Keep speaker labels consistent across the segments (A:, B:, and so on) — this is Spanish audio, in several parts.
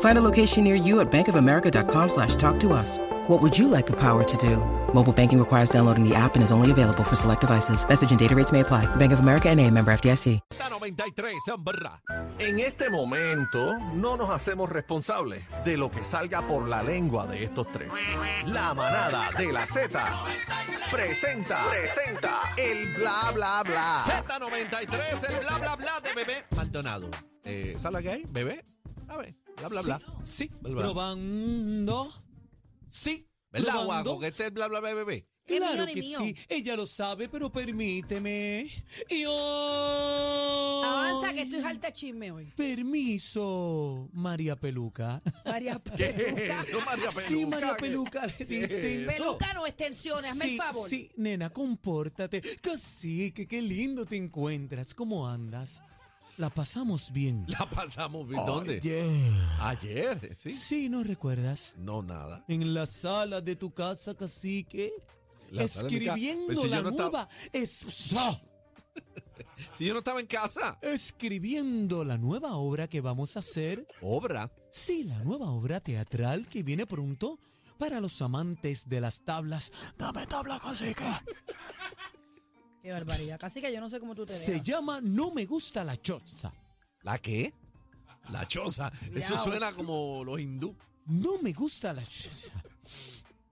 A: Find a location near you at bankofamerica.com slash talk to us. What would you like the power to do? Mobile banking requires downloading the app and is only available for select devices. Message and data rates may apply. Bank of America and a member FDIC.
B: Delta 93, brr.
C: En este momento no nos hacemos responsables de lo que salga por la lengua de estos tres. La manada de la Z presenta, presenta el bla bla bla.
B: Z93, el bla bla bla de bebé Maldonado. Eh, ¿Sabes la que hay? Bebé. ¿Sabes? Bla bla bla.
D: Sí,
B: Bla, bla.
D: probando. Sí,
B: ¿Verdad,
D: probando.
B: guaco? Que este es el bla bla bla de bebé.
D: Claro
E: mío, ni
D: que
E: mío.
D: sí, ella lo sabe, pero permíteme. Y hoy-
E: Avanza que estoy harta de chisme hoy.
D: Permiso, María Peluca.
E: María
B: es
E: Peluca.
B: eso, María
D: Sí,
B: Peluca,
D: María
B: ¿qué?
D: Peluca le dice. eso.
E: Peluca no extensiones, hazme
D: Sí,
E: el favor.
D: sí, nena, compórtate. Cacique, qué lindo te encuentras. ¿Cómo andas? La pasamos bien.
B: La pasamos bien. ¿Dónde? Ayer, sí.
D: Sí, ¿no recuerdas?
B: No, nada.
D: En la sala de tu casa, cacique.
B: La sala de mi ca-
D: escribiendo
B: Pues si yo
D: la
B: no estaba-
D: nueva es- ¡Psa!
B: Si yo no estaba en casa.
D: escribiendo la nueva obra que vamos a hacer.
B: Obra.
D: Sí, la nueva obra teatral que viene pronto para los amantes de las tablas. Dame tabla, cacique.
E: Qué barbaridad. Casi que yo no sé cómo tú te
D: Se
E: dejas.
D: llama No me gusta la choza.
B: ¿La qué? La choza. Eso
E: Miau.
B: suena como los hindú.
D: No me gusta la choza.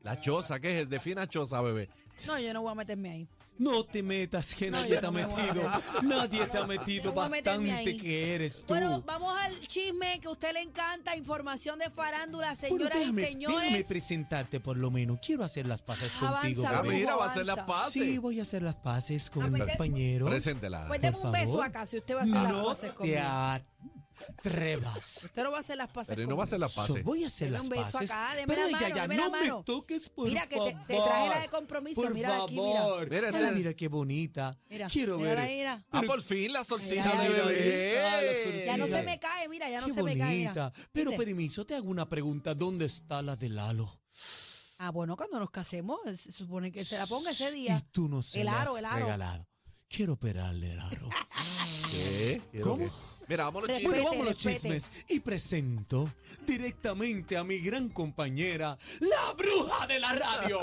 B: La choza, ¿qué es? Defina choza, bebé.
E: No, yo no voy a meterme ahí.
D: No te metas que
E: No,
D: nadie
E: yo
D: te ha
E: no me voy a
D: metido. Nadie te ha metido
E: No voy a meterme
D: bastante
E: ahí.
D: que eres tú.
E: Bueno, vamos al chisme que a usted le encanta. Información de farándula,
D: Bueno,
E: señoras
D: déjame,
E: y
D: déjame
E: señores. presentarte
D: presentarte por lo menos. Quiero hacer las paces
E: Avanza, pues.
D: contigo.
B: Ah,
E: Vamos,
D: bebé.
B: mira, va a ser
E: avanza.
B: la paz.
D: Sí, voy a hacer las paces con
E: Ah,
D: mi
E: pues,
D: compañero.
B: Preséntela.
E: Pues
D: Por
E: deme un beso
D: favor.
E: acá si usted va a hacer las
D: no
E: paces
D: te
E: conmigo.
D: atrevas.
E: Usted no va a hacer las paces
B: Pero
E: conmigo.
B: no va a ser la
D: So,
B: pase.
D: voy a hacer
E: Deme
D: las
E: un beso
D: paces.
E: acá, deme
D: pero
E: la
D: ella
E: mano,
D: ya
E: deme
D: no
E: la mano.
D: me toques, por
E: Mira que te-
D: favor.
E: te traje la de compromiso,
D: Por
E: mira de aquí, mira.
D: favor.
B: Mira,
D: mira,
B: este-
D: mira qué bonita.
E: Mira,
D: Quiero
E: mírala
D: ver.
E: ahí, mira.
B: Ah, por fin, la sortija
E: Mira,
B: de
E: mira,
B: bebé.
D: está la sortija.
E: Ya no se
D: Mira.
E: me cae, mira, ya no
D: qué
E: se me cae. mira.
D: bonita. Pero
E: ¿Viste?
D: permiso, te hago una pregunta. ¿Dónde está la de Lalo?
E: Ah, bueno, cuando nos casemos, se supone que se la ponga ese
D: Y
E: día.
D: tú no se
E: El
D: la
E: aro,
D: has
E: el aro.
D: regalado. Quiero operarle el aro.
B: ¿Qué? Quiero
D: ¿Cómo?
B: que- Mira, vamos a los
E: Respeta.
B: chismes.
D: Bueno, vamos a los
E: respete.
D: chismes. Y presento directamente a mi gran compañera, la bruja de la radio.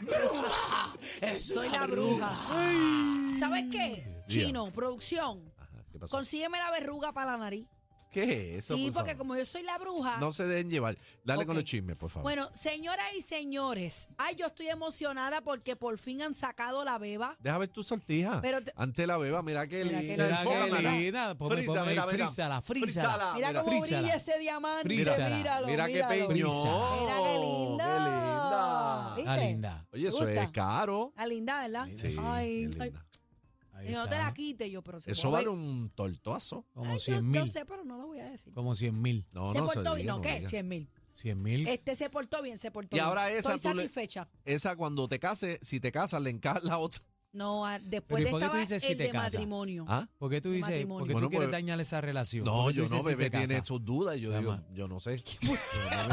D: ¡Bruja! Es
E: Soy
D: una
E: la bruja. ¿Sabes qué?
B: Diga.
E: Chino, producción.
B: Ajá, Ah, ¿Qué pasó?
E: Consígueme la verruga para la nariz.
B: ¿Qué es eso?
E: sí,
B: por
E: porque
B: favor?
E: como yo soy la bruja.
B: No se dejen llevar. Dale con
E: Ok.
B: los chismes, por favor.
E: Bueno, señoras y señores, ay, yo estoy emocionada porque por fin han sacado la beba.
B: Deja ver tu sortija.
E: Pero te-
B: Ante la beba, mira que
E: Mira
B: linda.
E: que
D: Mira
E: Enfócamela.
D: qué
B: Enfócamela.
D: linda. Ponme,
B: Frisa,
D: ponme,
B: mira, mira. Frízala.
D: frízala, frízala.
E: Mira
B: Ah, mira,
E: cómo
D: frízala.
E: brilla ese diamante.
D: Frízala.
E: Míralo,
B: Mira qué
E: míralo.
B: peñón.
E: Mira qué linda.
B: Qué linda.
E: ¿Viste?
D: Ah, linda.
B: Oye,
E: ¿Te
B: eso es
E: gusta?
B: caro.
E: La linda, ¿verdad?
B: Sí,
E: ay,
B: qué
E: ay,
B: linda.
D: Ahí
E: y no te
D: está.
E: la quite yo, pero se
B: Eso
E: puede-
B: vale un tortoazo.
D: Como
E: Ay,
D: 100
E: yo, yo
D: mil.
E: sé, pero no lo voy a decir.
D: Como 100 mil.
B: No,
E: se
B: no
E: portó bien,
B: diga,
E: no, ¿qué?
B: diga.
E: 100 mil.
D: 100 mil.
E: Este se portó bien, se
B: Y
E: portó bien.
B: ahora esa
E: Estoy
B: tú le-
E: satisfecha.
B: Esa cuando te cases, si te casas, le encaja la otra.
E: No, ah,
D: Pero,
E: después
D: ¿y
E: de
D: por qué
E: esta
D: tú
E: va
D: dices
E: el
D: si te
E: de
D: casas?
E: matrimonio.
B: ¿ah
D: ¿Por qué tú
E: de
D: dices,
E: matrimonio.
D: porque
B: Bueno,
D: tú quieres
B: pues-
D: dañar esa relación?
B: No,
D: ¿Por qué tú
B: yo
D: dices
B: no,
D: si te
B: bebé, tiene
D: casas?
B: sus dudas. Yo digo,
D: Llama.
B: yo no sé.
D: Si
B: pues,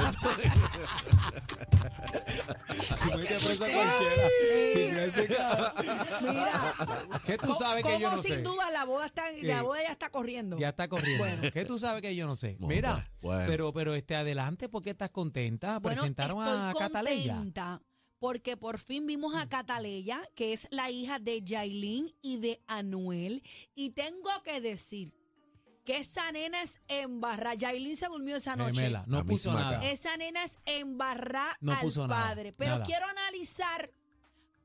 D: me te presa cualquiera. Si me hace cara.
E: Eh, Mira,
D: ¿Qué tú sabes que
E: como
D: yo no
E: sin
D: sé?
E: duda la boda está,
D: ¿Qué?
E: la boda ya está corriendo.
D: Ya está corriendo. ¿Qué tú sabes que yo no sé?
B: No,
D: Mira,
B: bueno, bueno.
D: pero pero este adelante, ¿por qué estás contenta?
E: bueno,
D: Presentaron
E: estoy
D: a Cataleya. Mm.
E: contenta porque por fin vimos a Cataleya, que es la hija de Yailin y de Anuel. Y tengo que decir que esa nena es embarrada. Yailin se durmió esa noche.
D: Gemela, no
B: La
D: puso
B: misma
D: nada.
B: cara.
E: Esa nena es embarrada
D: No
E: al
D: puso nada,
E: padre. Pero
D: nada.
E: quiero analizar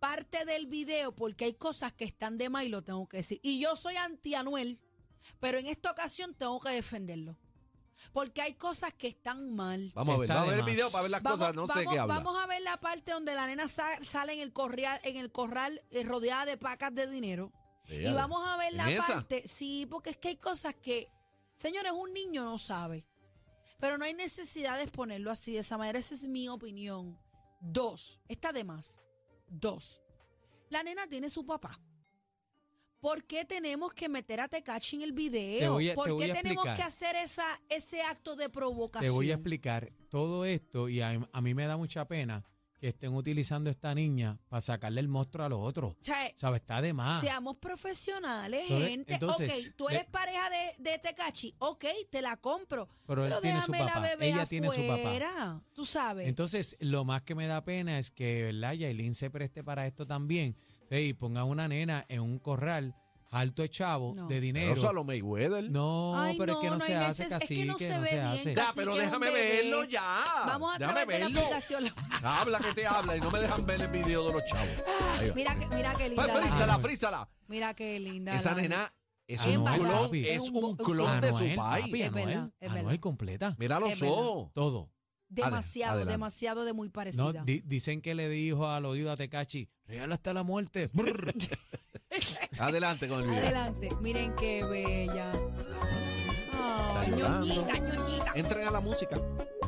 E: parte del video porque hay cosas que están de más y lo tengo que decir. Y yo soy anti-Anuel, pero en esta ocasión tengo que defenderlo. Porque hay cosas que están mal.
B: Vamos a ver,
D: Está
B: vamos a
D: de
B: ver el
D: más.
B: video para ver las cosas. No sé
E: vamos-
B: qué habla.
E: vamos a ver la parte donde la nena sa- sale en el corral, en el corral eh, rodeada de pacas de dinero.
B: Ella-
E: Y vamos a ver
B: ¿En
E: la
B: esa?
E: parte, sí, porque es que hay cosas que, señores, un niño no sabe. Pero no hay necesidad de exponerlo así, de esa manera. Esa es mi opinión. Dos, está de más. Dos, la nena tiene su papá. ¿Por qué tenemos que meter a Tecachi en el video?
D: Te voy a-
E: ¿Por
D: te voy
E: qué
D: a
E: tenemos
D: explicar.
E: que hacer esa, ese acto de provocación?
D: Te voy a explicar todo esto y a, a mí me da mucha pena que estén utilizando a esta niña para sacarle el monstruo a los otros.
E: O sea,
D: ¿Sabes? Está de más.
E: Seamos profesionales,
D: Entonces-
E: gente.
D: Ah. entonces,
E: ok, tú eres
D: de-
E: pareja de, de Tecachi. Ok, te la compro.
D: Pero él tiene su
E: déjame la
D: papá,
E: bebé
D: ella tiene su papá.
E: afuera, Tú sabes.
D: Entonces, lo más que me da pena es que, ¿verdad? Yailin se preste para esto también. Sí, ponga una nena en un corral, alto de chavo,
E: No.
D: de
B: Pero
D: dinero.
B: eso a lo Mayweather.
D: No,
E: Ay,
D: pero es que
E: no,
D: no,
E: no
D: se
E: hay
D: hace,
E: neces- es
D: casi,
E: que
D: que
E: no
D: no
E: se
D: se,
E: ve bien,
D: hace.
E: casi.
B: Ya,
E: Así
B: pero
E: que es un
B: déjame
E: bebé.
B: verlo Ah, ya.
E: Vamos a
B: déjame
E: través de la
B: verlo.
E: aplicación.
B: Habla que te habla y no me dejan ver el video de los chavos. Ahí va.
E: Mira que, mira qué linda.
B: Pues
E: la-
B: frízala, frízala.
E: Mira qué linda.
B: Esa
E: la-
B: nena es
D: Ah,
B: un
D: no,
B: clon,
D: papi.
B: es
E: Es un
B: un
E: bo-
B: clon de su
D: Anuel,
B: papi.
D: Ah, papi,
E: Es verdad,
D: Anuel,
E: es verdad.
D: Anuel completa.
B: Mira
E: Es
B: los
E: verdad.
B: ojos.
D: Todo.
E: Demasiado,
B: Adelante.
E: demasiado de muy
D: No,
E: parecida.
D: di- dicen que le dijo al oído a Tecachi, real hasta la muerte. Brr.
B: Adelante con el video.
E: Adelante. Miren qué bella. Ay,
B: llorando.
E: ñoñita, ñoñita.
B: Entren a la música.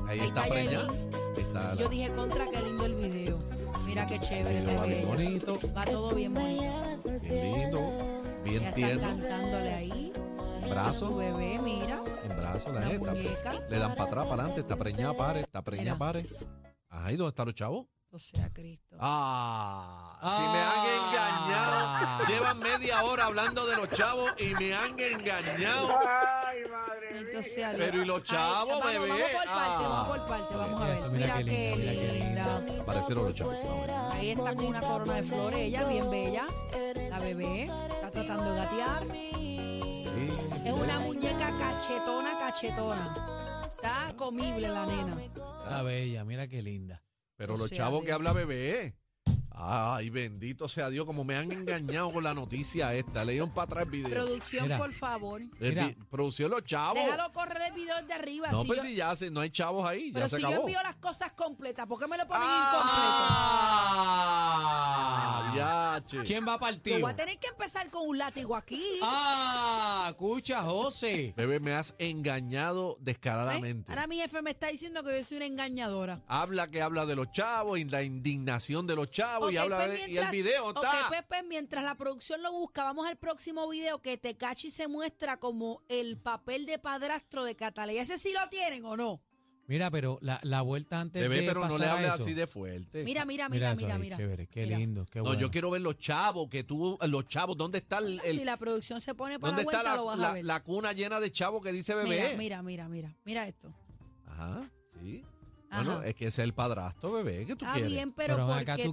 B: Ahí
E: Ahí
B: está
E: está
B: Preña.
E: Yailin.
B: Ahí está la-
E: Yo dije contra, qué lindo el video. Mira qué chévere
B: Ahí
E: se
B: lo va
E: ve.
B: bien bonito,
E: Va todo bien bonito.
B: bien lindo,
E: Ya
B: bien
E: están
B: tierno.
E: cantándole ahí.
B: En
E: a Su
B: brazo,
E: bebé, mira.
B: en brazo la
E: Una
B: neta.
E: muñeca.
B: Le dan para atrás, para adelante, está preñada, pare, está preñada,
E: Mira.
B: pare. Ahí, ¿dónde están los chavos?
E: O sea, Cristo.
B: Ah,
D: Ah.
B: si me han engañado. Llevan media hora hablando de los chavos y me han engañado.
E: Entonces, Dios.
B: Pero, ¿y los
E: Ay,
B: chavos,
E: vamos,
B: bebé?
E: Vamos por parte,
B: Ah.
E: vamos por parte, vamos a
D: Mira
E: ver.
D: eso,
E: mira,
D: mira
E: qué,
D: qué linda, mira qué
E: linda.
B: Parecieron los chavos. Vamos a ver.
E: Ahí está con una corona de flores, ella bien bella. La bebé está tratando de gatear.
B: Sí,
E: Es una muñeca cachetona, cachetona. Está comible la nena.
D: Está bella, mira qué linda.
B: Pero
E: O
B: los
E: sea,
B: chavos
E: de-
B: que habla bebé. Ay, bendito sea Dios, como me han engañado con la noticia esta. Le dieron para atrás el video.
E: Producción,
D: Mira.
E: por favor.
B: El
D: Mira.
B: vi- Producción los chavos.
E: Déjalo correr el video de arriba.
B: No,
E: si
B: pues
E: yo-
B: si ya se- no hay chavos ahí,
E: pero
B: ya se
E: si yo
B: acabó.
E: envío las cosas completas, ¿por qué me lo ponen
B: Ah, ya, che.
D: ¿Quién va a
E: incompleto? Yo
D: partir?
E: voy a tener que empezar con un látigo aquí. ¿Eh?
D: Ah, escucha, José.
B: Bebé, me has engañado
E: ¿Ves?
B: descaradamente.
E: Ahora mi jefe me está diciendo que yo soy una engañadora.
B: Habla que habla de los chavos y la indignación de los chavos y
E: Ok,
B: habla
E: pues,
B: de- y el
E: mientras-
B: video
E: ok,
B: está.
E: pues, pues, mientras la producción lo busca, vamos al próximo video que Tecachi se muestra como el papel de padrastro de Cataleya. ¿Ese sí lo tienen o no?
D: Mira, pero la, la vuelta antes
B: Bebé,
D: de
B: pero no
D: pasar
B: le
D: a
B: hables
D: eso.
B: así de fuerte.
E: Mira, mira,
D: Mira
E: mira,
D: eso
E: mira,
D: ahí,
E: mira.
D: chévere, qué
E: Mira.
D: lindo, qué
B: no,
D: bueno.
B: yo quiero ver los chavos que tú, los chavos, ¿dónde está el, el-
E: si Ah, la producción se pone para
B: dónde está
E: la vuelta,
B: la,
E: lo vas a
B: la- E?
E: ver.
B: la cuna llena de chavos que dice bebé?
E: mira, mira, mira, mira. Mira esto.
B: Ajá, sí.
E: Ajá.
B: Bueno, es que ese es el padrastro, bebé, que tú
E: Está
B: quieres.
E: bien, pero,
D: Pero ven
E: ¿por
D: acá,
E: qué
D: ¿tú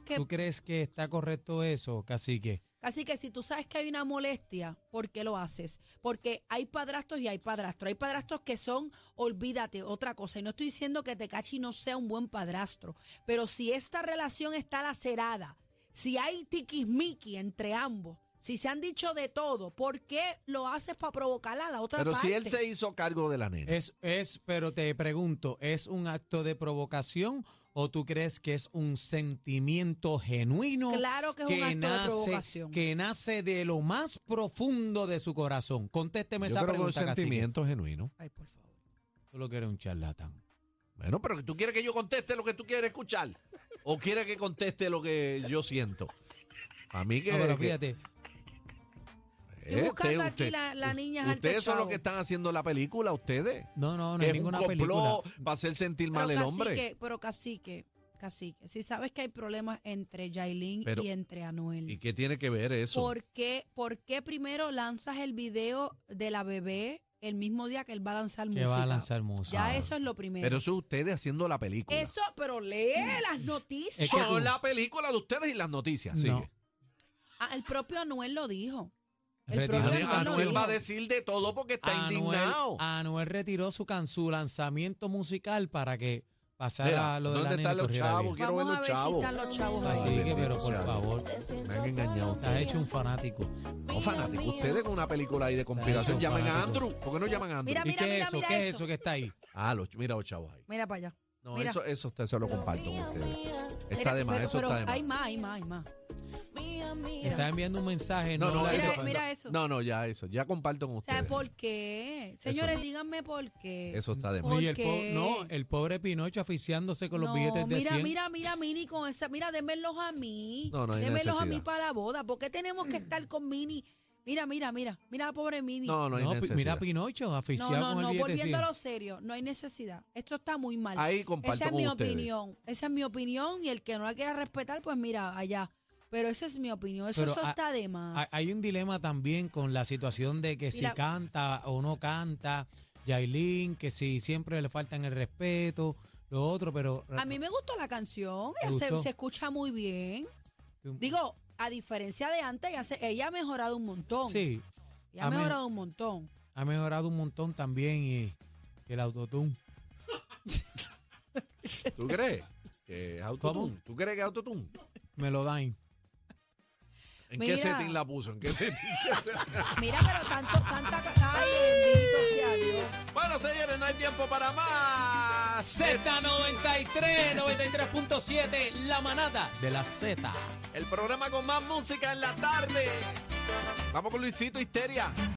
D: crees,
E: que...?
D: ¿tú crees que está correcto eso, cacique?
E: Así que si tú sabes que hay una molestia, ¿por qué lo haces? Porque hay padrastros y hay padrastros. Hay padrastros que son, olvídate, otra cosa. Y no estoy diciendo que Tecachi no sea un buen padrastro, pero si esta relación está lacerada, si hay tiquismiqui entre ambos, si se han dicho de todo, ¿por qué lo haces para provocar a la otra
B: Pero
E: parte?
B: si él se hizo cargo de la nena.
D: Es, es, pero te pregunto, ¿es un acto de provocación o tú crees que es un sentimiento genuino
E: Claro que es un acto de provocación.
D: que nace de lo más profundo de su corazón? Contésteme
B: Yo
D: esa
B: creo que un
D: pregunta, cacique.
B: sentimiento genuino.
E: Ay, por favor.
D: Tú lo que eres un charlatán.
B: Bueno, pero que tú quieres que yo conteste lo que tú quieres escuchar. O quieres que conteste lo que yo siento. A mí que.
D: No, pero
B: que-
D: fíjate,
B: Eh,
E: Estoy buscando
B: usted-
E: aquí
B: usted-
E: la- la niña es alto
B: Ustedes son
E: chavo.
B: los que están haciendo la película, ustedes.
D: no, no, no
B: Que
D: es
B: es un
D: ninguna película.
B: complot para hacer sentir mal el
E: pero
B: hombre.
E: Cacique, pero cacique, cacique, si sabes que hay problemas entre Yailin
B: Pero-
E: y entre Anuel.
B: ¿Y qué tiene que ver eso?
E: ¿Por qué, por qué primero lanzas el video de la bebé el mismo día que él va a lanzar
D: Que
E: música?
D: va a lanzar música.
E: Ya
D: Ah.
E: eso es lo primero.
B: Pero eso es ustedes haciendo la película.
E: eso, pero lee las noticias.
D: Es que
B: Son
D: tú-
B: la película de ustedes y las noticias.
D: No.
B: sigue.
E: Ah, el propio Anuel lo dijo. El
D: Retiró
E: propio
B: Anuel,
D: Pero su
E: Anuel lo
B: Anuel
E: dijo.
B: va a decir de todo porque está
D: Anuel- ah,
B: indignado.
D: Anuel retiró su, can, su lanzamiento musical para que pasara
B: Mira,
D: lo de la
B: ¿dónde
D: nena
B: están
D: y
B: los
D: corriera
B: chavos?
D: bien.
B: Quiero
E: Vamos
B: ver
E: a
B: los
E: ver si
B: chavos.
E: están los chavos
D: Así
E: ahí.
D: que, pero
B: bendito
D: por
B: sea Dios.
D: favor,
B: Me han engañado.
D: te has hecho un fanático.
B: No, fanático, ustedes con una película ahí de conspiración
D: Ay,
B: llaman a
D: fanático.
B: Andrew. ¿Por qué no llaman a Andrew?
E: Mira,
D: ¿Y
E: mira,
D: qué
E: mira,
D: es eso?
E: mira
D: ¿Qué es
E: eso.
D: eso que está ahí?
B: Ah, los, mira los chavos ahí.
E: Mira para allá.
B: No,
E: mira.
B: eso, eso ustedes se lo comparto con ustedes.
E: Mira,
B: Está de más,
E: pero-
B: eso
E: pero
B: está de más.
E: Hay más, hay más, hay más.
D: Está enviando un mensaje. No,
B: No, no,
D: la-
E: Mira,
B: eso-
E: mira eso.
B: No, no, ya eso. Ya comparto con ustedes.
E: ¿Sabe por qué? Señores, díganme por qué.
B: Eso está de
E: ¿Por
B: más.
D: Ni el po-
E: qué?
D: no, el pobre Pinocho aficiándose con los
E: No,
D: billetes de
E: mira,
D: 100.
E: mira, mira, Mini con esa. Mira, démelos a mí.
B: No, no hay
E: démelos a mí
B: necesidad.
E: para la boda. ¿Por qué tenemos que estar con Mini? Mira, mira, mira. Mira, la pobre Mini.
B: No, no hay
D: No, pi-
B: necesidad.
D: mira a Pinocho
E: no,
D: aficiado
E: no,
D: con el
E: no,
D: billete de 100.
E: volviendo a lo serio, no hay necesidad. Esto está muy mal.
B: Ahí comparto
E: Esa es
B: con
E: mi
B: ustedes.
E: opinión. Esa es mi opinión y el que no la quiera respetar, pues mira, allá. Pero esa es mi opinión. Eso,
D: Pero
E: eso
D: ha-
E: está de más.
D: Hay, hay un dilema también con la situación de que si
E: Mira.
D: canta o no canta, Yailin, que si siempre le faltan el respeto, lo otro, pero...
E: a mí me gustó la canción.
D: ¿Te
E: Ella se,
D: gustó?
E: se escucha muy bien. Digo, a diferencia de antes, ella, se- ella ha mejorado un montón.
D: Sí,
E: Ella ha
D: amén.
E: mejorado un montón.
D: ha mejorado un montón también y el autotune.
B: ¿Tú crees? Que es autotune. ¿Tú crees que es autotune?
D: Me lo dan.
B: ¿En
E: Mira.
B: qué setting la puso? ¿En qué setting? Este-
E: Mira, pero tanto, tanta. Ay, bendito sea Dios.
B: bueno, señores, no hay tiempo para más.
D: Z93, 93.7, la manada de la Z.
B: El programa con más música en la tarde. Vamos con Luisito Histeria.